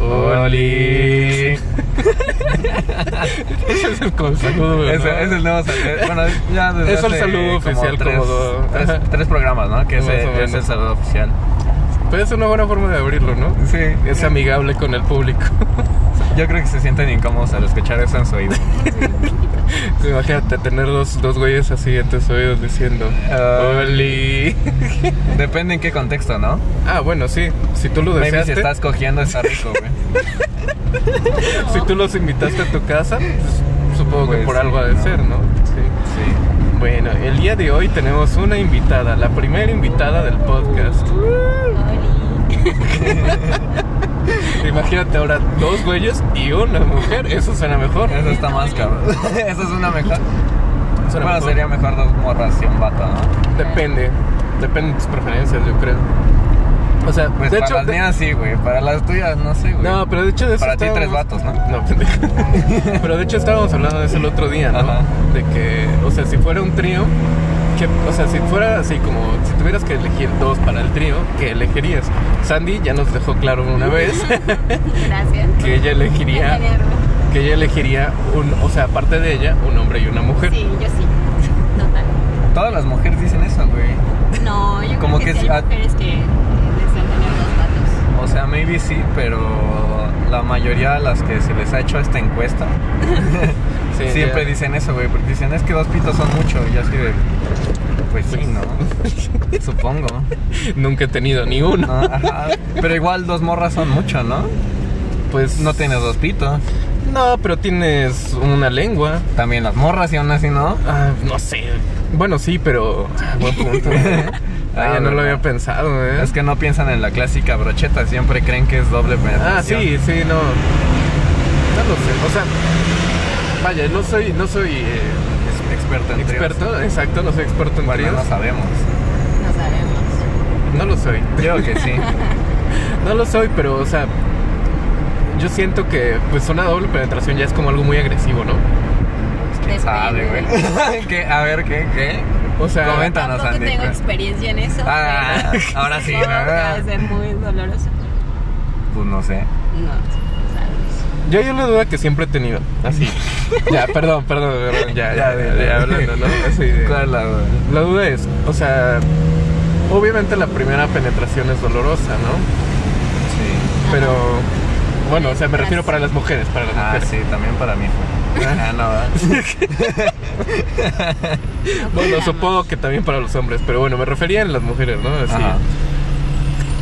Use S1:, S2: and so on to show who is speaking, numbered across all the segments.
S1: Oli. Ese es el saludo, ¿no?
S2: Ese ese es el nuevo saludo. Bueno, ya desde
S1: Es el
S2: hace
S1: saludo
S2: como
S1: oficial,
S2: tres,
S1: como-
S2: tres-
S1: Ajá.
S2: tres programas, ¿no? Que
S1: Más o
S2: ese
S1: menos.
S2: es el saludo oficial.
S1: Pero es una buena forma de abrirlo, ¿no?
S2: Sí,
S1: Es amigable con el público.
S2: yo creo que se sienten incómodos al escuchar eso en su oído.
S1: Imagínate tener dos, dos güeyes así en tus oídos diciendo
S2: Ah.
S1: Oli.
S2: Depende en qué contexto, ¿no?
S1: Ah, bueno, sí. Si tú lo
S2: Maybe si
S1: deseaste,
S2: estás cogiendo está rico, güey.
S1: si tú los invitaste a tu casa, pues, supongo que
S2: Pues
S1: por
S2: sí,
S1: algo ha de
S2: ¿no?
S1: ser, ¿no? Sí.
S2: Sí.
S1: Bueno, el día de hoy tenemos una invitada, la primera invitada del podcast. Imagínate ahora dos güeyes y una mujer, eso suena mejor.
S2: Eso está más cabrón. Eso es una mejor.
S1: Suena
S2: bueno,
S1: mejor.
S2: sería mejor dos morras y un vato, ¿no?
S1: Depende, depende de tus preferencias, yo creo. O sea,
S2: Pues
S1: de
S2: para
S1: hecho,
S2: las
S1: de-
S2: mías sí, güey. Para las tuyas no sé, güey.
S1: no, pero de hecho de eso
S2: Para ti tres
S1: estábamos-
S2: vatos, ¿no?
S1: No, pendejo. Pero de hecho estábamos hablando de eso el otro día, ¿no?
S2: Ajá.
S1: De que, o sea, si fuera un trío, que, o sea, si fuera así como, si tuvieras que elegir dos para el trío, ¿qué elegirías? Sandy ya nos dejó claro una vez
S3: Gracias.
S1: que ella elegiría, que ella elegiría un, o sea, aparte de ella, un hombre y una mujer.
S3: Sí, yo sí. Total.
S2: Todas las mujeres dicen eso, güey.
S3: No, yo
S2: Como
S3: creo que,
S2: que
S3: sí
S2: es-
S3: hay mujeres que desean tener dos patos.
S2: O sea, maybe sí, pero la mayoría de las que se les ha hecho esta encuesta
S1: Sí,
S2: siempre
S1: ya.
S2: dicen eso, güey. Porque dicen, es que dos pitos son mucho. Y yo así de. Pues sí, ¿no? Supongo.
S1: Nunca he tenido ni uno.
S2: No, ajá. Pero igual dos morras son mucho, ¿no?
S1: Pues
S2: No tienes dos pitos.
S1: No, pero tienes una lengua.
S2: También las morras y aún así, ¿no?
S1: Ah, no sé. Bueno, sí, pero. ah, Buen punto. ah, ya no lo
S2: ¿verdad?
S1: había pensado, ¿eh?
S2: Es que no piensan en la clásica brocheta, siempre creen que es doble penetración.
S1: Ah, sí, sí, no. No lo sé. O sea, vaya, no soy, no soy eh,
S2: Es experto en tríos.
S1: experto, exacto, no soy experto en
S2: Bueno,
S1: tríos.
S2: no sabemos.
S3: No sabemos.
S1: No lo soy.
S2: Yo creo que sí.
S1: No lo soy, pero, o sea, yo siento que, pues, una doble penetración ya es como algo muy agresivo, ¿no?
S2: ¿Quién sabe, güey? ¿Qué? A ver, ¿qué? ¿Qué?
S1: O sea,
S2: Comenta. Cuéntanos,
S3: Tampoco
S2: Andy,
S3: tengo
S2: pues.
S3: experiencia en eso.
S2: Ah,
S3: pero
S2: ahora sí,
S3: supongo que
S2: ¿verdad?
S3: ha de ser muy doloroso.
S2: Pues no sé.
S3: No, sabes.
S1: yo hay una duda que siempre he tenido. Así. ya, perdón, perdón, perdón, ya, ya, ya, ya, hablando, ¿no? Así de-
S2: ¿Cuál es la duda?
S1: La duda es, o sea, obviamente la primera penetración es dolorosa, ¿no?
S2: Sí.
S1: Pero, bueno, o sea, me refiero para las mujeres, para las
S2: Ah,
S1: mujeres.
S2: sí, también para mí fue. Ah, no, ¿verdad?
S3: No
S1: Bueno,
S3: podamos.
S1: supongo que también para los hombres, pero bueno, me refería en las mujeres, ¿no? Así,
S2: Ajá.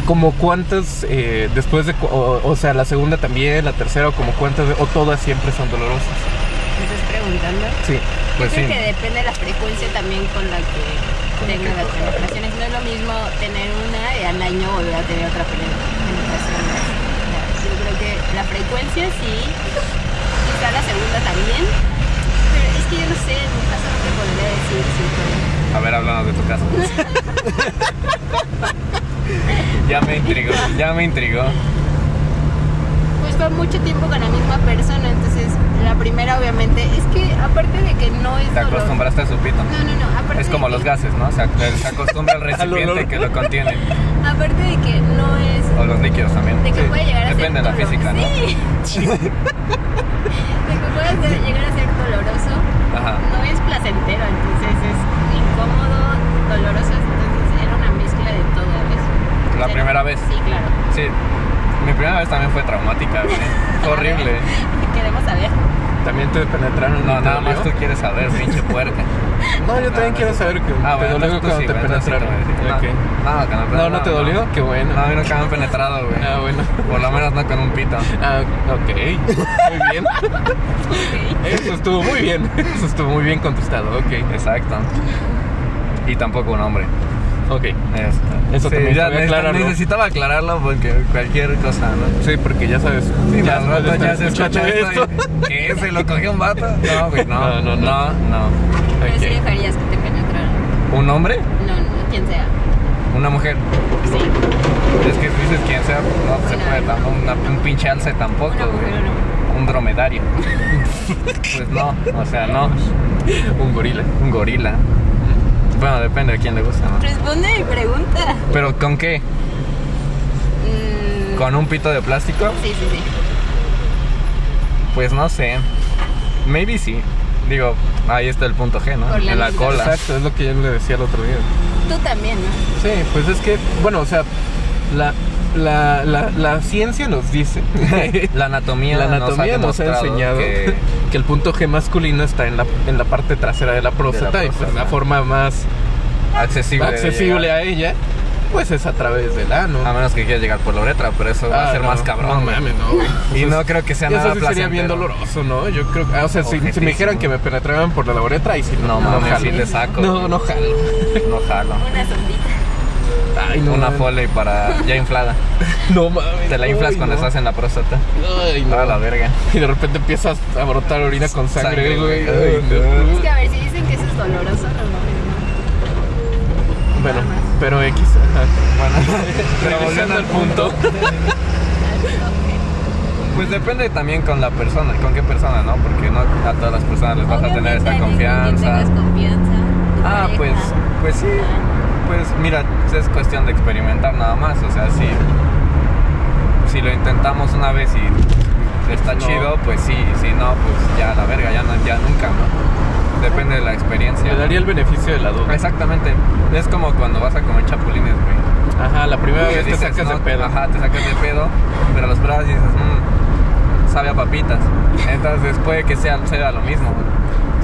S1: como cuántas, eh, después de, cu- o, o sea, la segunda también, la tercera, o como cuántas, o todas siempre son dolorosas.
S3: ¿Me estás preguntando?
S1: Sí,
S2: Pues
S3: Creo
S2: sí.
S3: que depende de la frecuencia también con la que
S2: Con la que
S3: tengan las
S2: coja.
S3: penetraciones. No es lo mismo tener una y al año volver a tener otra pene- penetración. ¿no? Yo creo que la frecuencia sí, quizá la segunda también, pero es que yo no sé, en mi caso no te podría decir si fue-
S2: A ver, háblanos de tu caso. ya me intrigó, ya me intrigó.
S3: Pues fue mucho tiempo con la misma persona, entonces la primera obviamente, es que aparte de que no es
S2: Te
S3: dolor-
S2: acostumbraste a su pito.
S3: No, no, no, aparte
S2: Es
S3: de
S2: como
S3: que-
S2: los gases, ¿no? Se ac- se acostumbra al recipiente
S1: olor.
S2: que lo contiene.
S3: Aparte de que no es
S2: O los líquidos también.
S3: De que
S1: Sí.
S3: puede llegar a
S2: Depende de
S3: ser
S2: la
S3: dolor-
S2: física, ¿no?
S3: Sí. de que puede ser- llegar a ser doloroso,
S2: Ajá.
S3: no es placentero, entonces es incómodo, doloroso, entonces era una mezcla de todo eso.
S2: ¿La
S3: Era-
S2: primera vez?
S3: Sí, claro.
S2: Sí. Mi primera vez también fue traumática, güey. Fue horrible.
S3: Queremos saber.
S1: también te penetraron. y
S2: No,
S1: te
S2: nada
S1: dolió?
S2: más tú quieres saber, pinche puerca.
S1: No, yo también
S2: no,
S1: quiero
S2: sí.
S1: saber que
S2: Ah,
S1: te
S2: bueno,
S1: dolió
S2: entonces tú
S1: cuando
S2: sí,
S1: te
S2: güey, entonces sí
S1: penetraron.
S2: voy a decir.
S1: Ok.
S2: No, no, Ah, que
S1: No, no, te dolió, qué bueno.
S2: No, a mí nunca me han penetrado, güey.
S1: Ah, bueno.
S2: Por lo menos no con un pito.
S1: Ah, ok. Muy bien. Eso estuvo muy bien. Eso estuvo muy bien contestado. Ok.
S2: Exacto. Y tampoco un hombre.
S1: Ok.
S2: Este,
S1: Eso también
S2: ya
S1: cabe
S2: necesita-
S1: aclararlo.
S2: necesitaba aclararlo porque cualquier cosa, ¿no?
S1: Sí, porque ya sabes.
S2: Sí,
S1: ya
S2: ya,
S1: sabes,
S2: rato ya
S1: estás
S2: se
S1: escuchando
S2: escucha esto. y- ¿Qué? ¿Se lo cogió un vato? No, güey, no.
S1: No, no, no.
S2: no, no.
S3: Pero sí
S1: Ok.
S3: dejarías que te penetraran.
S2: ¿Un hombre?
S3: No, no, quien sea.
S2: ¿Una mujer?
S3: Sí.
S2: Es que dices quién sea, no se
S3: Sí, no,
S2: puede
S3: no.
S2: tampoco. una- un pinche alce tampoco,
S3: Una mujer o
S2: güey.
S3: no.
S2: Un dromedario. pues no, o sea, no.
S1: Un gorila.
S2: Un gorila. Bueno, depende de quién le gusta, ¿no?
S3: Responde mi pregunta.
S2: Pero ¿con qué?
S3: Mm,
S2: con un pito de plástico,
S3: Sí, sí, sí.
S2: pues no sé. Maybe sí. Digo, ahí está el punto G, ¿no?
S3: Por la
S2: en la
S3: nariz.
S2: cola.
S1: Exacto, es lo que yo le decía el otro día.
S3: Tú también, ¿no?
S1: Sí, pues es que, bueno, o sea, la, la, la, la ciencia nos dice.
S2: La anatomía,
S1: La anatomía nos ha,
S2: demostrado
S1: enseñado que...
S2: que-
S1: el punto G masculino está en la, en la parte trasera de la próstata y pues
S2: próstata.
S1: la forma más
S2: accesible. de
S1: accesible
S2: llegar.
S1: a ella pues es a través del ano.
S2: a... menos que quieras llegar por la uretra, pero eso va a
S1: Ah,
S2: ser
S1: no,
S2: más cabrón.
S1: No
S2: güey.
S1: mames, no. güey.
S2: Y
S1: Eso
S2: no
S1: es-
S2: creo que sea
S1: eso
S2: nada
S1: sí sería bien
S2: placentero.
S1: doloroso, ¿no? Yo creo ah, o sea, si, si me
S2: Objetísimo.
S1: dijeran que me penetraban por la uretra y si
S2: No mames,
S1: jalo.
S2: sí le saco.
S1: No, no jalo.
S2: No jalo.
S3: Una sondita.
S1: Ay, no
S2: Una
S1: mames.
S2: foley para ya inflada.
S1: No mames.
S2: Te la inflas
S1: Ay,
S2: cuando
S1: no.
S2: estás en la próstata.
S1: Ay, no.
S2: No, la verga.
S1: Y de repente empiezas a brotar orina con sangre,
S2: Sangre,
S1: güey.
S2: güey.
S1: Ay, no.
S3: Es que a ver si dicen que eso es doloroso, no mames,
S1: Bueno, pero X. ajá.
S2: Bueno, pero
S1: Regresando
S2: volviendo
S1: al punto.
S3: no.
S2: Pues depende también con la persona, con qué persona, ¿no? Porque no a todas las personas les vas a tener esta
S3: Obviamente, alguien con quien
S2: confianza.
S3: tengas confianza. tu
S2: Ah,
S3: pareja.
S2: pues, pues sí. Pues mira, es cuestión de experimentar nada más. O sea, si, si lo intentamos una vez y está
S1: No.
S2: chido, pues sí. Si no, pues ya la verga, ya, no, ya nunca, ¿no? Depende de la experiencia.
S1: Le daría el beneficio de la duda.
S2: Exactamente. Es como cuando vas a comer chapulines, güey.
S1: Ajá, la primera
S2: Que
S1: vez te
S2: dices,
S1: sacas
S2: no,
S1: de pedo.
S2: Ajá, te sacas de pedo, pero los pruebas y dices, mmm, sabe a papitas. Entonces puede que sea, sea lo mismo.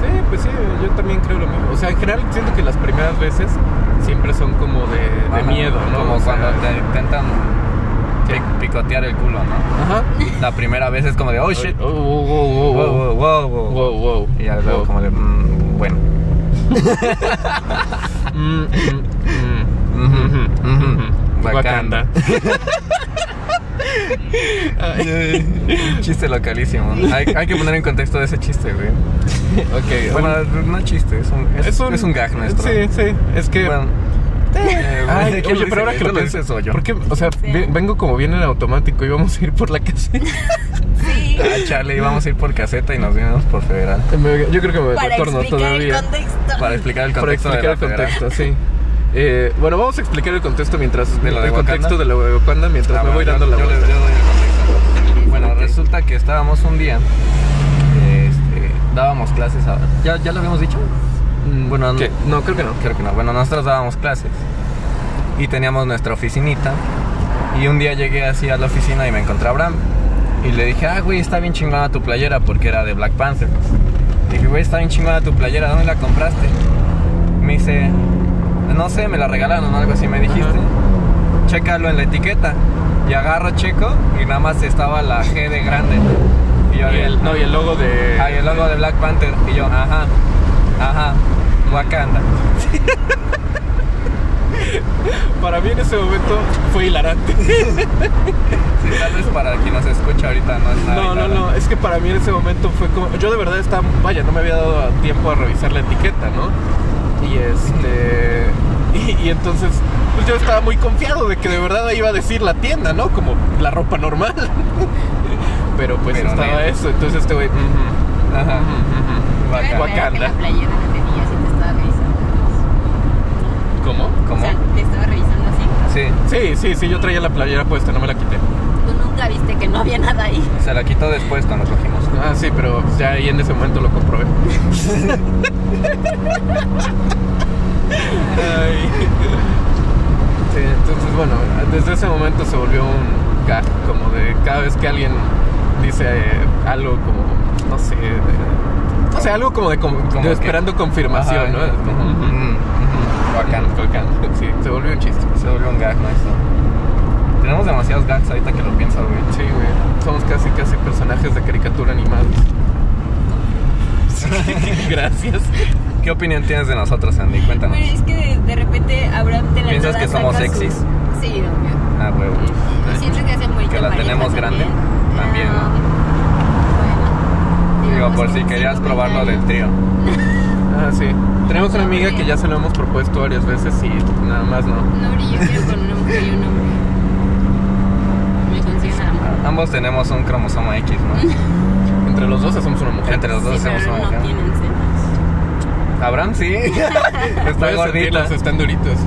S1: Sí, pues sí, yo también creo lo mismo. O sea, en general siento que las primeras veces siempre son como de, de
S2: Ajá,
S1: miedo, ¿no?
S2: Como
S1: O sea,
S2: cuando te intentan pic- picotear el culo, ¿no?
S1: Ajá.
S2: La primera vez es como de, oh shit.
S1: Oh, wow, wow, wow,
S2: Wow,
S1: wow.
S2: wow, wow, wow.
S1: Wow, Oh. wow.
S2: Y ya luego
S1: Wow.
S2: como de, "Mm, bueno.
S1: Mm, mm, mm.
S2: Ujú, ujú,
S1: Ujú.
S2: Wakanda.
S1: Wakanda.
S2: Un chiste localísimo. Hay, hay que poner en contexto ese chiste, güey.
S1: ok,
S2: Bueno, no chiste, es un, es, es un gag nuestro.
S1: Sí, sí. Es que.
S2: Bueno. Eh,
S1: Ay,
S2: ¿quién
S1: oye,
S2: dice?
S1: pero ahora que lo
S2: ¿Tú dices
S1: pienso,
S2: o yo?
S1: porque, o sea, ve- vengo como bien en automático y vamos a ir por la casa.
S3: Sí.
S2: Ah, chale, íbamos a ir por caseta y nos vinimos por federal.
S1: Me- Yo creo que me
S3: Para
S1: retorno
S3: explicar
S1: todavía.
S3: el contexto.
S2: pues, Para explicar el
S1: Para
S2: contexto
S1: explicar el
S2: de la federal.
S1: contexto, sí. Eh, bueno, vamos a explicar el contexto mientras
S2: ¿De lo de
S1: el
S2: Wakanda?
S1: contexto de la de Wakanda mientras
S2: Ah,
S1: me voy
S2: bueno,
S1: dando
S2: yo-
S1: la
S2: yo
S1: vuelta.
S2: les- yo doy el contexto. Bueno,
S1: Ok.
S2: resulta que estábamos un día, este, dábamos clases a... ¿Ya, ¿Ya lo habíamos dicho?
S1: Mm,
S2: Bueno, no-
S1: ¿qué?
S2: no, creo que no, creo que no. Bueno, nosotros dábamos clases y teníamos nuestra oficinita. Y un día llegué así a la oficina y me encontré a Abraham. Y le dije, ah, güey, está bien chingada tu playera porque era de Black Panther. Le dije, güey, está bien chingada tu playera, ¿dónde la compraste? Me dice, no sé, me la regalaron o algo así, me dijiste. Chécalo en la etiqueta. Y agarro, checo y nada más estaba la G de grande. Y yo
S1: Y
S2: de-
S1: el, no, y el logo de.
S2: Ah, y el logo de Black Panther. Y yo, ajá, ajá, Wakanda.
S1: Para mí en ese momento fue hilarante.
S2: Sí, tal vez para quien nos escucha ahorita no es nada.
S1: No, no,
S2: nada.
S1: no, es que para mí en ese momento fue como. Yo de verdad estaba. Vaya, no me había dado tiempo a revisar la etiqueta, ¿no? Y este. Y, y entonces, pues yo estaba muy confiado de que de verdad iba a decir la tienda, ¿no? Como la ropa normal. Pero pues
S2: Pero
S1: estaba
S2: no.
S1: eso, entonces este güey. ujú,
S2: Ajá.
S1: ujú,
S3: Yo me
S2: Wakanda.
S3: acuerdo que
S1: Wakanda.
S3: La playera que tenía sí te estaba revisando.
S1: ujú. ¿Cómo?
S3: O
S2: ¿Cómo?
S3: sea, te estaba revisando así.
S2: Sí,
S1: Sí, sí, sí, yo traía la playera puesta, no me la quité.
S3: Tú nunca viste que no había nada ahí.
S2: se la quitó después cuando cogimos.
S1: Ah, sí, pero pues, ya ahí en ese momento lo comprobé. Ay. Sí, entonces, bueno, desde ese momento se volvió un gag, como de cada vez que alguien dice eh, algo como, no sé, de- o sea, algo como de, como- de
S2: que-
S1: esperando confirmación,
S2: Ajá, eh,
S1: ¿no?
S2: ujú,
S1: Como,
S2: ujú, Wakanda.
S1: Tocando. Sí, se volvió un chiste.
S2: Se volvió un gag, ¿no? Esto. Tenemos demasiados gags ahorita que lo pienso, güey.
S1: Sí, güey. Somos casi, casi personajes de caricatura animados. Gracias.
S2: ¿Qué opinión tienes de nosotros, Andy? Cuéntanos.
S3: Pero es que de, de repente Abraham te la
S2: ¿Piensas que
S3: nada
S2: somos
S3: saca su-
S2: sexys?
S3: Sí, obvio.
S2: Ah, huevo.
S3: Y Siento que hace muy
S2: Que la
S3: chaparrita
S2: tenemos grande, también, ¿no?
S3: Ah,
S2: Digo,
S3: bueno. Digamos
S2: por
S3: que
S2: si
S3: sin
S2: querías probarlo
S3: comentario.
S2: del trío.
S1: Ah, sí. Tenemos una amiga que ya se lo hemos propuesto varias veces y nada más no.
S3: No, hombre, yo quiero con una mujer y un hombre. Me funciona.
S2: Ah, Ambos tenemos un cromosoma X, ¿no?
S1: Entre los dos hacemos una mujer.
S2: Entre los
S3: Sí,
S2: dos somos
S3: pero
S2: una
S3: no
S2: mujer.
S3: tienen celos.
S2: Abraham, sí. Está
S1: Puedes
S2: gordita.
S1: sentirlos, están duritos.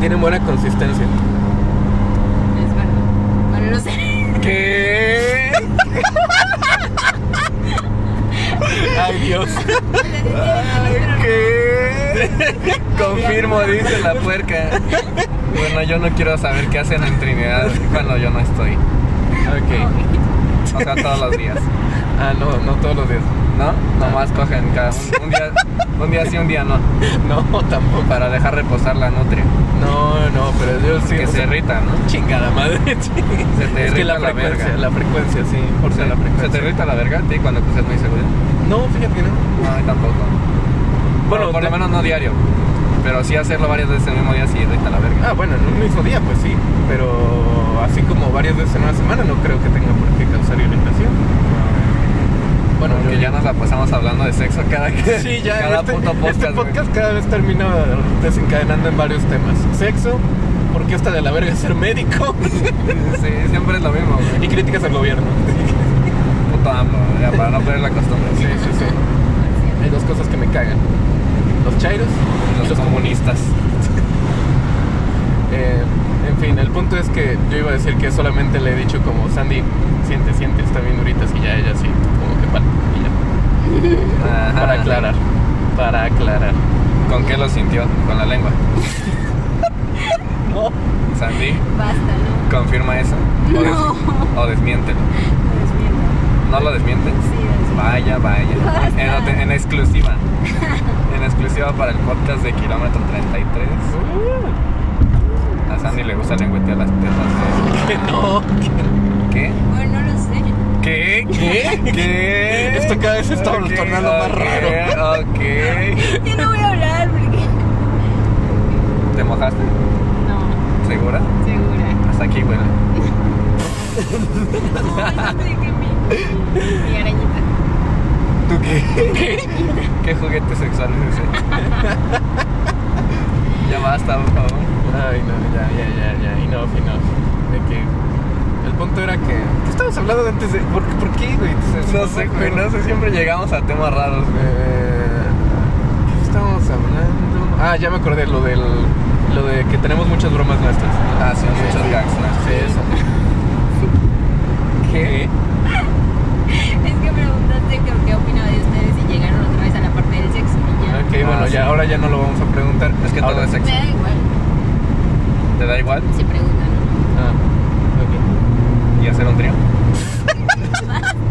S1: Tienen buena consistencia.
S3: Es
S2: ¿Qué?
S1: Ay, Dios.
S2: ¿Qué? Confirmo, dice la puerca. Bueno, yo no quiero saber qué hacen en Trinidad cuando yo no estoy.
S1: Ok.
S2: O sea, todos los días.
S1: Ah, no, no todos los días.
S2: ¿No? Nomás cogen cada un, un día. Un día sí, un día no.
S1: No, tampoco.
S2: Para dejar reposar la nutria.
S1: No, no, pero yo sí.
S2: Que
S1: o
S2: se
S1: sea,
S2: irrita, ¿no?
S1: Chingada madre. sí.
S2: te
S1: es que la
S2: irrita la
S1: frecuencia,
S2: verga.
S1: la frecuencia, sí. Por ser la
S2: ¿Se
S1: frecuencia.
S2: te irrita la verga a ti cuando cruzas muy seguro?
S1: No, fíjate que no.
S2: No, a mí tampoco. Bueno, por lo
S1: te-
S2: menos no diario. Pero sí hacerlo varias veces el mismo día sí irrita la verga.
S1: Ah, bueno, en un mismo día, pues sí. Pero así como varias veces en una semana, no creo que tenga por qué causar irritación.
S2: Bueno,
S1: Bueno,
S2: que
S1: yo-
S2: ya nos la pasamos hablando de sexo cada que
S1: Sí, ya.
S2: cada
S1: este,
S2: puto podcast.
S1: este
S2: güey.
S1: podcast cada vez termina desencadenando en varios temas. Sexo, por qué está de la verga ser médico
S2: Sí, siempre es lo mismo, güey.
S1: y críticas al gobierno.
S2: Puto AMLO, ya, para no perder la costumbre.
S1: Sí, sí, sí. Hay dos cosas que me cagan. Los chairos y
S2: Los,
S1: los,
S2: comunistas.
S1: Eh, en fin, el punto es que yo iba a decir que solamente le he dicho como Sandy, siente, siente, está bien durita, y ya ella sí, como que para, y ya.
S2: Ajá.
S1: para aclarar, para aclarar.
S2: ¿Con qué lo sintió? Con la lengua.
S1: No,
S2: Sandy,
S3: Basta, ¿no?
S2: confirma eso. O, des- o desmiéntelo.
S3: Pues mierda.
S2: ¿No lo desmientes?
S3: Sí, es mierda.
S2: Vaya, vaya.
S3: Basta.
S2: En, ote- en exclusiva. En exclusiva para el podcast de Kilómetro 33. A Sandy le gusta lengüetear las tetas.
S1: que no.
S2: ¿Qué?
S3: Bueno, no lo sé.
S2: ¿Qué?
S1: ¿Qué?
S2: ¿Qué?
S1: Esto cada vez se está
S2: Ok,
S1: tornando más
S2: ok,
S1: raro.
S2: Ok.
S3: Yo no voy a hablar porque.
S2: ¿Te mojaste?
S3: No,
S2: ¿Segura?
S3: segura.
S2: Hasta aquí huele.
S3: Ay, que mi, mi arañita.
S2: ¿Tú qué? ¿Qué, juguete sexual es ese? ya basta, por favor.
S1: Ay, no, ya, ya, ya, ya, enough, enough. De que el punto era que. ¿Qué estabas hablando de antes de.? ¿Por, qué- por qué, güey? Se-
S2: No sé, güey, no sé, siempre llegamos a temas raros, güey.
S1: Eh, ¿Qué estábamos hablando? Ah, ya me acordé, lo del. Lo de que tenemos muchas bromas nuestras.
S2: Ah, sí,
S1: Sí,
S2: muchos
S1: sí.
S2: gags, ¿no?
S1: Sí, eso.
S2: ¿Qué?
S3: Es que preguntaste que, qué opinaba de ustedes y llegaron otra vez a la parte del sexo y ya.
S1: Ok,
S2: Ah,
S1: bueno,
S2: sí.
S1: ya, ahora ya no lo vamos a preguntar.
S2: Es que todo
S1: Ahora-
S2: es
S3: Me
S2: sexo.
S3: da igual
S2: ¿Te da igual?
S3: si preguntan.
S1: Ah, ok.
S2: ¿Y hacer un trío?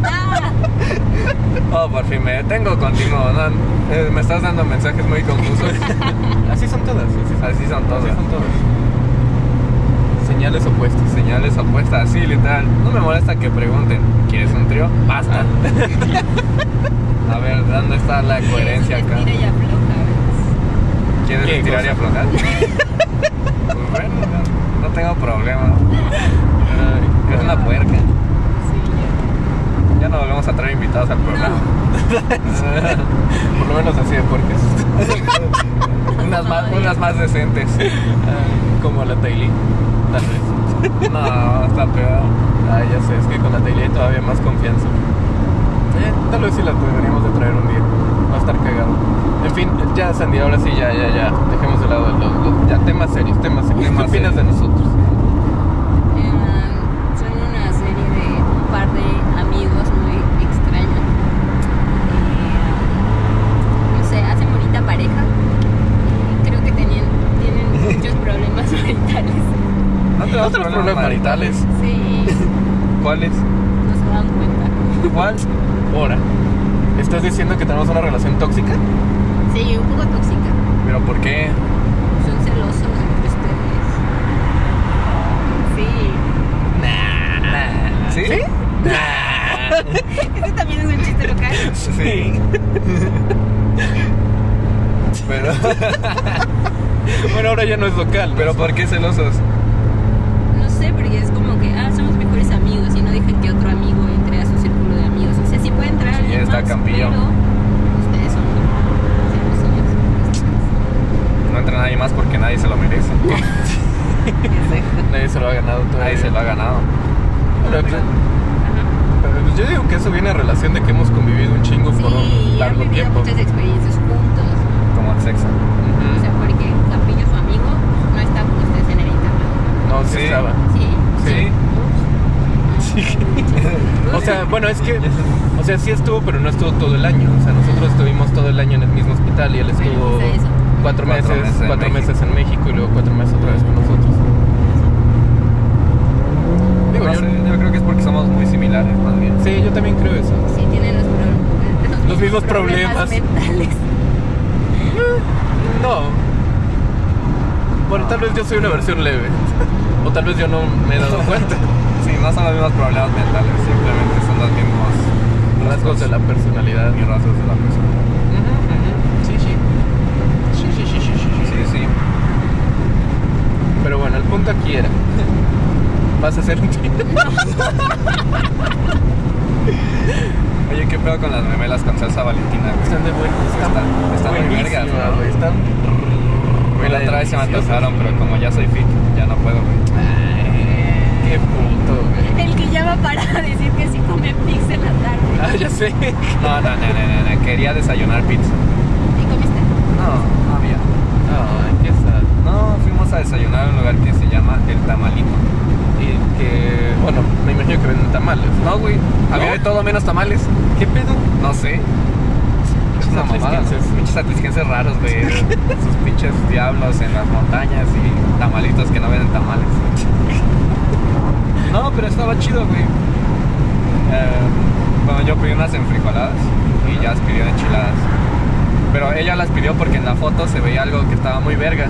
S3: ¡Ah!
S2: Oh, por fin me detengo contigo. No, eh, me estás dando mensajes muy confusos.
S1: Así son todas. Así son,
S2: Así son
S1: así
S2: todas.
S1: son todas. Señales opuestas.
S2: Señales opuestas, sí, literal. No me molesta que pregunten, ¿quieres un trío? Basta. A ver, ¿dónde está la coherencia acá?
S3: Mira y afloja. ¿ves?
S2: ¿Quieres
S1: ¿Qué
S2: tirar y
S1: cosa?
S2: aflojar? Pues bueno, no, no tengo problema.
S1: Ay,
S2: Es una puerca.
S3: Sí,
S2: Ya no volvemos a traer invitados al programa.
S1: por lo menos así de puercas.
S2: unas, más,
S3: Ay.
S2: unas más decentes.
S1: Ay, como la Tailí, tal vez.
S2: No, está peor.
S1: Ah, ya sé, es que con la Tailí hay todavía más confianza. Eh, tal vez sí la deberíamos de traer un día. Va a estar cagado. En fin, ya Sandy, ahora sí, ya, ya, ya. Dejemos de lado los, los- ya, temas serios, temas serios. ¿Qué
S2: Temas
S1: opinas de
S2: serios.
S1: nosotros?
S3: ya. Em, Son una serie de un par de amigos muy extraños. Eh, no sé, hacen bonita pareja. Eh, Creo que tenían, tienen muchos problemas maritales.
S2: ¿No te das
S1: Otros problemas maritales.
S3: Sí,
S2: ¿Cuáles?
S3: no se dan cuenta.
S2: ¿Cuál?
S1: Ahora, ¿estás diciendo que tenemos una relación tóxica?
S3: Sí, un poco tóxica.
S2: ¿Pero por qué?
S3: Son celosos entre ustedes. Sí.
S2: ¿Sí?
S3: Ese también es un chiste local.
S2: Sí. Pero,
S1: bueno, ahora ya no es local.
S2: pero ¿por qué celosos?
S3: No sé, porque es como que, ah, somos mejores amigos y no dejan que otro amigo entre a su círculo de amigos. O sea, sí puede entrar
S2: Sí,
S3: alguien
S2: está
S3: más,
S2: Campillo.
S3: pero ustedes son celosillos.
S2: No entra nadie más porque nadie se lo merece.
S3: Exacto.
S1: nadie se lo ha ganado todavía.
S2: Nadie se lo ha ganado.
S1: Pero, pues,
S3: Ajá.
S1: pero, pues, yo digo que eso viene a relación de que hemos convivido un chingo por
S3: Sí,
S1: un
S3: y han
S1: largo
S3: vivido
S1: tiempo.
S3: muchas experiencias juntos.
S2: Como el sexo.
S3: O
S1: Ujú.
S3: sea, porque Campillo, su amigo, no está con ustedes en el internado.
S1: No, sí,
S2: Sí.
S1: estaba.
S3: Sí.
S2: Sí.
S3: Ups.
S1: Sí. sea, bueno, es que, o sea, sí estuvo, pero no estuvo todo el año. O sea, nosotros estuvimos todo el año en el mismo hospital y él estuvo
S3: Bueno, o sea, eso.
S1: cuatro
S2: Cuatro
S1: meses,
S2: meses en
S1: cuatro
S2: México.
S1: meses en México y luego cuatro meses otra vez con nosotros. Digo,
S2: No
S1: yo-
S2: sé, yo creo que es porque somos muy similares, más bien.
S1: sí, yo también creo eso.
S3: Sí, tienen los, pro-
S1: Los mismos problemas.
S3: mentales.
S1: No. Bueno, tal vez yo soy una versión leve. O tal vez yo no me he dado cuenta.
S2: Sí, no son los mismos problemas mentales, simplemente son los mismos
S1: Rasgos de la personalidad.
S2: y rasgos de la persona.
S1: Sí, sí. Sí, sí, sí, sí, sí, sí.
S2: Sí, sí.
S1: Pero bueno, el punto aquí era. Vas a hacer un tiro.
S2: Oye, qué pedo con las memelas con salsa valentina, güey.
S1: Están de buen.
S2: Están- están de
S1: buenísimas,
S2: vergas, ¿no?
S1: güey, Están.
S2: Güey, la otra vez se me
S1: deliciosas.
S2: antojaron, pero como ya soy fit, ya no puedo, güey.
S1: Ay, Qué puto, güey.
S3: El que llama para decir que sí come pizza en la tarde.
S1: Ah, ya sé.
S2: No, no, no, no, no, no, quería desayunar pizza.
S3: ¿Y comiste?
S2: No, no había.
S1: Ay, qué sad.
S2: No, fuimos a desayunar a un lugar que se llama El Tamalito.
S1: Y que. Bueno, me imagino que venden tamales. ¿no?
S2: No, güey, había
S1: ¿No?
S2: de todo menos tamales.
S1: ¿Qué pedo?
S2: No sé. Es una mamada.
S1: Atlisquenses.
S2: Pinches atlisquenses raros, güey. Sus pinches diablos en las montañas y tamalitos que no venden tamales. No, pero estaba chido, güey. Eh, bueno, yo pedí unas enfrijoladas y ya pidió enchiladas. Pero ella las pidió porque en la foto se veía algo que estaba muy vergas.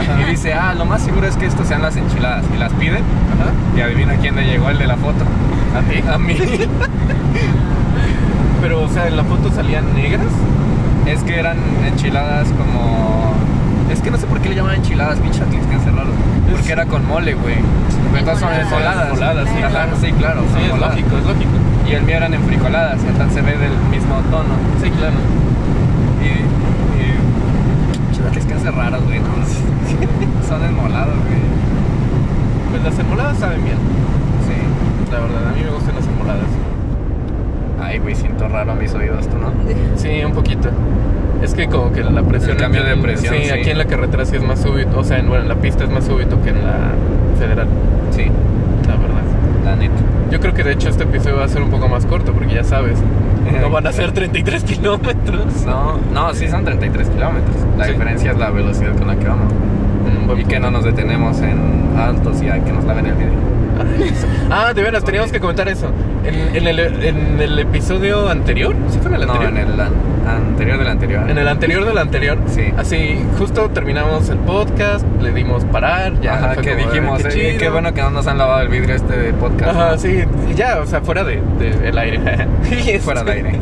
S1: Ajá.
S2: Y dice, ah, lo más seguro es que estos sean las enchiladas. Y las pide
S1: Ajá.
S2: y adivina quién le llegó el de la foto.
S1: A ti.
S2: A mí.
S1: Pero, o sea, en la foto salían negras.
S2: Es que eran enchiladas como. Es que no sé por qué le llaman enchiladas, pinche atlisquenses raros. Porque era con mole, güey. Entonces son
S3: Enmoladas.
S2: enfoladas.
S1: Enmoladas, sí,
S2: Ajá,
S1: claro.
S2: sí, claro. son
S1: Sí, es
S2: enmoladas.
S1: lógico, es lógico.
S2: Y el mío eran enfricoladas, entonces se ve del mismo tono.
S1: Sí, claro.
S2: Y. y pinche atlisquenses raros, güey. no, no. son enmolados, güey.
S1: Pues las enmoladas saben bien,
S2: Sí.
S1: la verdad. A mí me gustan las enmoladas.
S2: Ay, güey, siento raro a mis oídos, ¿tú no?
S1: Sí, un poquito. Es que como que la presión...
S2: El cambio
S1: aquí
S2: de
S1: en-
S2: presión,
S1: Sí,
S2: sí.
S1: aquí en la carretera sí es más súbito. O sea, en, bueno, en la pista es más súbito que en la federal,
S2: Sí,
S1: la verdad.
S2: la neta.
S1: Yo creo que de hecho este episodio va a ser un poco más corto porque ya sabes, no van a ser 33 kilómetros.
S2: No, no, sí son 33 kilómetros. La
S1: Sí.
S2: diferencia es la velocidad con la que vamos.
S1: Mm, buen
S2: Y que
S1: punto.
S2: no nos detenemos en altos y a que nos laven el video.
S1: Ah, de veras, teníamos que comentar eso. En, en el, en el episodio anterior, ¿sí fue en el
S2: No,
S1: anterior?
S2: en el an- anterior del anterior.
S1: En el anterior del anterior.
S2: Sí.
S1: Así, justo terminamos el podcast, le dimos parar, ya.
S2: Ajá,
S1: fue
S2: que
S1: como,
S2: dijimos,
S1: "Ah,
S2: eh, qué,
S1: chido".
S2: bueno que no nos han lavado el vidrio este de podcast.
S1: Ajá, sí, y ya, o sea, fuera de, de- el aire. Y este-
S2: Fuera del aire.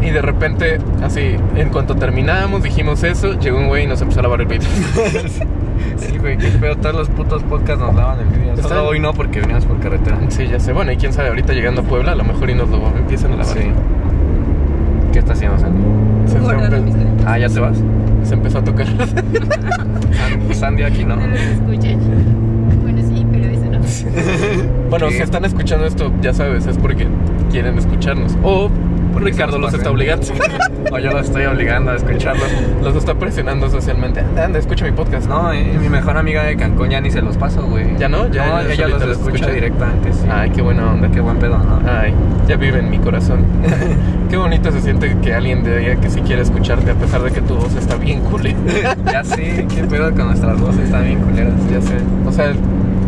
S1: Y de repente, así, en cuanto terminamos, dijimos eso, llegó un güey y nos empezó a lavar el vidrio.
S2: Sí, güey, qué feo, todos los putos podcasts nos lavan el vidrio.
S1: Están-
S2: Solo hoy no, porque veníamos por carretera.
S1: sí, ya sé, bueno, y quién sabe, ahorita llegando a Puebla, a lo mejor y nos lo empiezan a lavar.
S2: Sí. ¿Qué está haciendo, Sandy?
S1: Se- Se,
S3: Guardaron
S1: empe-
S3: mis lentes.
S2: Ah, ¿ya te vas?
S1: se empezó a tocar.
S2: San- Sandy aquí no.
S3: No los escuché. Bueno, sí, pero eso no.
S1: bueno,
S2: Sí.
S1: si están escuchando esto, ya sabes, es porque quieren escucharnos. O
S2: Porque
S1: Ricardo
S2: se nos
S1: los
S2: pasa.
S1: está obligando.
S2: O yo lo estoy obligando a escucharlo.
S1: Los está presionando socialmente. Anda, anda, escucha mi podcast.
S2: No, eh, mi mejor amiga de Cancún ya ni se los paso, güey.
S1: ¿Ya no? Ya
S2: no,
S1: ella
S2: ella los
S1: solita
S2: escucha,
S1: los escucha.
S2: directamente, sí.
S1: Ay, qué buena onda.
S2: Qué buen pedo, ¿no?
S1: Ay, ya vive en mi corazón. qué bonito se siente que alguien te diga que sí quiere escucharte a pesar de que tu voz está bien culera.
S2: Ya sí, qué pedo con nuestras voces, están bien culeras.
S1: ya sé. O sea,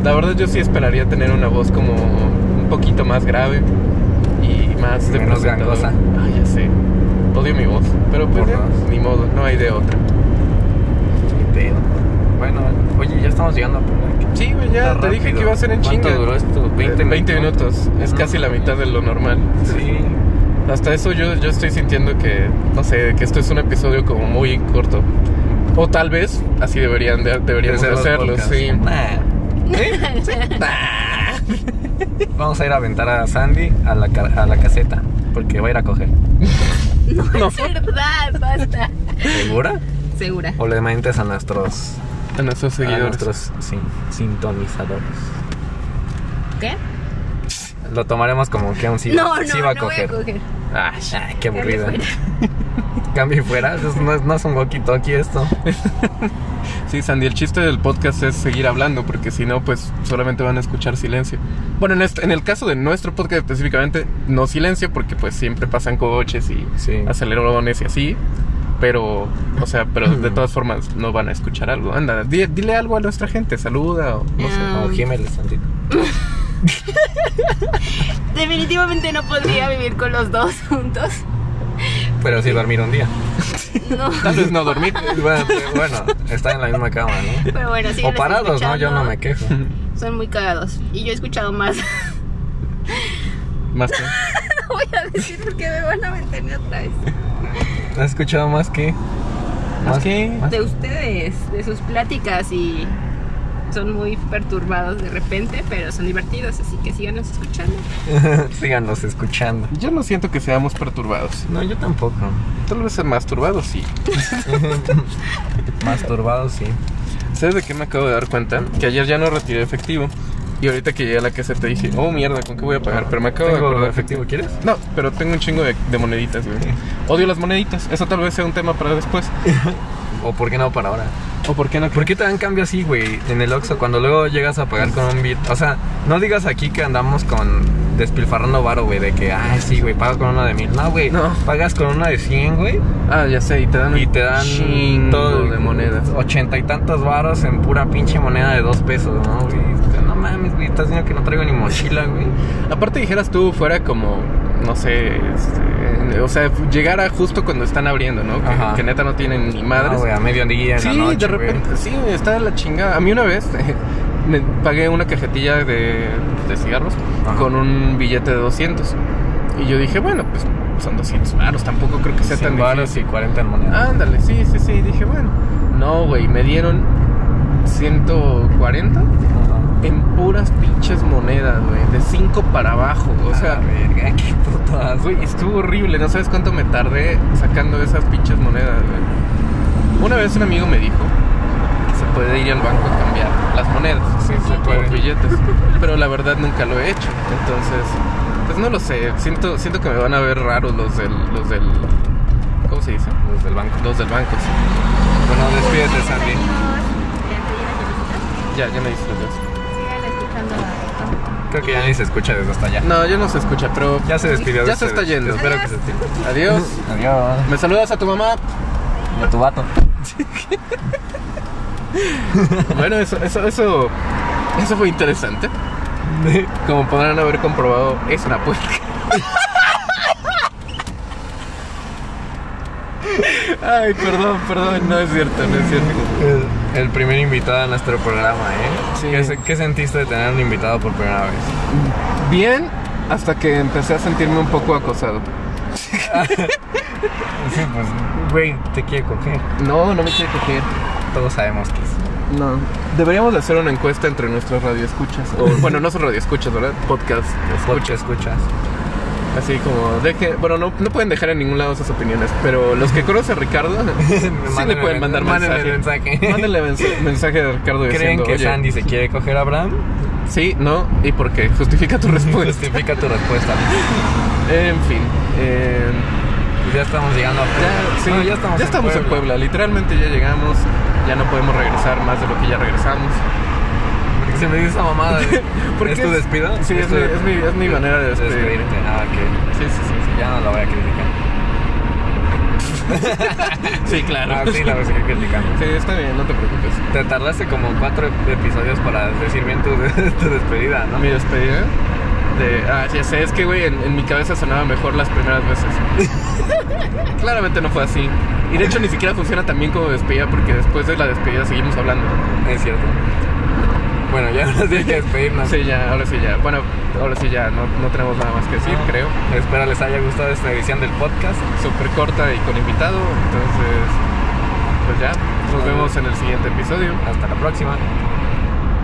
S1: la verdad yo sí esperaría tener una voz como un poquito más grave y más de
S2: Menos
S1: presentador.
S2: gangosa.
S1: Ay, ya sé. Odio mi voz, pero pues
S2: Por
S1: ya,
S2: dos.
S1: ni modo, no hay de otra.
S2: Qué pedo. Bueno, oye, ya estamos llegando a Puebla. ¿Qué
S1: Sí, güey, ya
S2: está
S1: te dije
S2: rápido?
S1: que iba a ser en
S2: ¿Cuánto
S1: chinga.
S2: duró esto?
S1: 20, minutos. Es casi la mitad de lo normal.
S2: Sí.
S1: Hasta eso yo, yo estoy sintiendo que, no sé, que esto es un episodio como muy corto. O tal vez así deberían de, deberíamos
S2: Tercer
S1: hacerlo,
S2: podcast.
S1: sí.
S2: Nah. Vamos a ir a aventar a Sandy a la, ca- a la caseta, porque va a ir a coger.
S1: No.
S3: Es verdad, basta.
S2: ¿Segura?
S3: Segura.
S2: O le mentes a nuestros,
S1: A nuestros
S2: a
S1: seguidores.
S2: nuestros sin- sintonizadores.
S3: ¿Qué?
S2: Lo tomaremos como que aún sí,
S3: no, no,
S2: sí va a
S3: no
S2: coger.
S3: voy a coger.
S2: Ay, qué aburrida. cambio y fuera. Eso es- no, es, no es un walkie-talkie esto.
S1: Sí, Sandy, el chiste del podcast es seguir hablando, porque si no, pues solamente van a escuchar silencio. Bueno, en, este- en el caso de nuestro podcast específicamente, no silencio, porque pues siempre pasan coches y
S2: Sí.
S1: acelerones y así. Pero, o sea, pero de todas formas no van a escuchar algo. Anda, di- dile algo a nuestra gente, saluda o no sé.
S2: Como Jiménez, Santi.
S3: Definitivamente no podría vivir con los dos juntos.
S2: Pero sí dormir un día.
S3: No.
S1: Tal vez no dormir.
S2: Bueno, pues, bueno, está en la misma cama, ¿no?
S3: Pero bueno, sí.
S2: O parados, ¿no? Yo no me quejo.
S3: Son muy cagados. Y yo he escuchado más.
S1: Más que-
S3: No voy a decir porque me van a meter otra vez.
S2: ¿Has escuchado más que?
S1: ¿Más qué?
S3: De ustedes, de sus pláticas y son muy perturbados de repente, pero son divertidos, así que síganos escuchando.
S2: Síganos escuchando.
S1: Yo no siento que seamos perturbados.
S2: No, yo tampoco.
S1: Tal vez masturbados, sí.
S2: Masturbados, sí.
S1: ¿Sabes de qué me acabo de dar cuenta? Que ayer ya no retiré efectivo. Y ahorita que llegué a la casa te dije, oh mierda, ¿con qué voy a pagar? Pero me acabo de
S2: Tengo
S1: acordar.
S2: efectivo, ¿quieres?
S1: No, pero tengo un chingo de, de moneditas, güey. Odio las moneditas. Eso tal vez sea un tema para después.
S2: ¿O por qué no para ahora?
S1: ¿O por qué no?
S2: ¿Por qué te dan cambio así, güey? En el Oxxo, cuando luego llegas a pagar con un bit. O sea, no digas aquí que andamos con despilfarrando varo, güey, de que, ay, sí, güey, pagas con una de mil. No, güey,
S1: No.
S2: pagas con una de cien, güey,
S1: Ah, ya sé, y te dan
S2: y te dan
S1: chingo
S2: todo
S1: de monedas.
S2: Ochenta y tantos varos en pura pinche moneda de dos pesos, ¿no, güey? No mames, güey, estás diciendo que no traigo ni mochila, güey.
S1: Aparte dijeras tú fuera como, no sé, este, o sea, llegara justo cuando están abriendo, ¿no?
S2: Ajá.
S1: Que, que neta no tienen ni madres.
S2: No, Ah, güey, a mediodía, en
S1: Sí,
S2: la noche,
S1: de
S2: güey.
S1: repente, sí, está de la chingada. A mí una vez me pagué una cajetilla de, de cigarros
S2: Ajá.
S1: con un billete de 200. Y yo dije, bueno, pues son 200 varos, tampoco creo que sea
S2: Cien
S1: tan
S2: varos
S1: difícil.
S2: y 40 en moneda.
S1: Ándale, sí, sí, sí. Dije, bueno, no, güey, me dieron 140
S2: Ajá.
S1: en puras pinches monedas, güey, de 5 para abajo. O sea,
S2: Ah, verga, qué putas,
S1: Güey, estuvo horrible, no sabes cuánto me tardé sacando esas pinches monedas, güey. Una vez un amigo me dijo que se puede ir al banco a cambiar las monedas,
S2: Sí, se
S1: por
S2: puede.
S1: billetes, pero la verdad nunca lo he hecho, entonces, pues no lo sé, siento, siento que me van a ver raros los del, los del, ¿cómo se dice?
S2: Los del banco.
S1: Los del banco, sí.
S2: Bueno, despídete, Sandy.
S1: Ya, ya me diste los
S3: Sigan escuchando a-
S2: Creo que ya ni se escucha desde hasta allá.
S1: No, ya no se escucha, pero
S2: Ya se despidió. de
S1: Ya se
S2: ustedes.
S1: está yendo.
S2: Espero que se estire.
S1: adiós.
S2: Adiós.
S1: ¿Me saludas a tu mamá?
S2: A tu vato.
S1: Bueno, eso, eso, eso, eso fue interesante. Como podrán haber comprobado, es una apuesta. Ay, perdón, perdón, no es cierto, no es cierto.
S2: El primer invitado a nuestro programa, ¿eh?
S1: Sí.
S2: ¿Qué, se- qué sentiste de tener un invitado por primera vez?
S1: Bien, hasta que empecé a sentirme un poco acosado.
S2: Sí, pues, güey, te quiere coger.
S1: No, no me quiere coger.
S2: Todos sabemos que sí.
S1: No. Deberíamos de hacer una encuesta entre nuestros radioescuchas. O, bueno, no son radioescuchas, ¿verdad? Podcast.
S2: Escucha, escuchas.
S1: Así como, deje. Bueno, no, no pueden dejar en ningún lado sus opiniones, pero los que conocen a Ricardo, sí le
S2: Mándenle-
S1: pueden mandar
S2: mándenle mensaje.
S1: Mándenle mensa- mensaje a Ricardo
S2: ¿Creen
S1: diciendo,
S2: que
S1: "Oye,
S2: Sandy se quiere coger a Abraham? Pues,
S1: Sí, no, y por qué. Justifica tu respuesta.
S2: Justifica tu respuesta.
S1: en fin. eh,
S2: Pues ya estamos llegando a
S1: Ah, ya, sí,
S2: No, ya estamos,
S1: en, Puebla. Literalmente ya llegamos. Ya no podemos regresar más de lo que ya regresamos.
S2: Porque se me dio esa mamada. de-
S1: ¿Por
S2: ¿Es
S1: qué
S2: tu
S1: es-
S2: despido?
S1: sí, es
S2: tu
S1: mi-
S2: de-
S1: es mi- es mi manera de despedir.
S2: despedirte. Ah, ok.
S1: Sí, sí, sí.
S2: Ya no la voy a criticar.
S1: Sí, claro.
S2: Ah, sí, la voy a seguir criticando.
S1: Sí, está bien, no te preocupes.
S2: Te tardaste como cuatro episodios para decir bien tu, tu despedida, ¿no?
S1: Mi despedida. De, ah, ya sé, es que, güey, en, en mi cabeza sonaba mejor las primeras veces. Claramente no fue así. Y de hecho ni siquiera funciona tan bien como despedida porque después de la despedida seguimos hablando.
S2: Es cierto. Bueno, ya ahora sí hay que despedirnos.
S1: Sí, ya, ahora sí ya. Bueno, ahora sí ya, no, no tenemos nada más que decir, creo.
S2: Espero les haya gustado esta edición del podcast.
S1: Súper corta y con invitado, entonces, pues ya, nos vemos en el siguiente episodio.
S2: Hasta la próxima.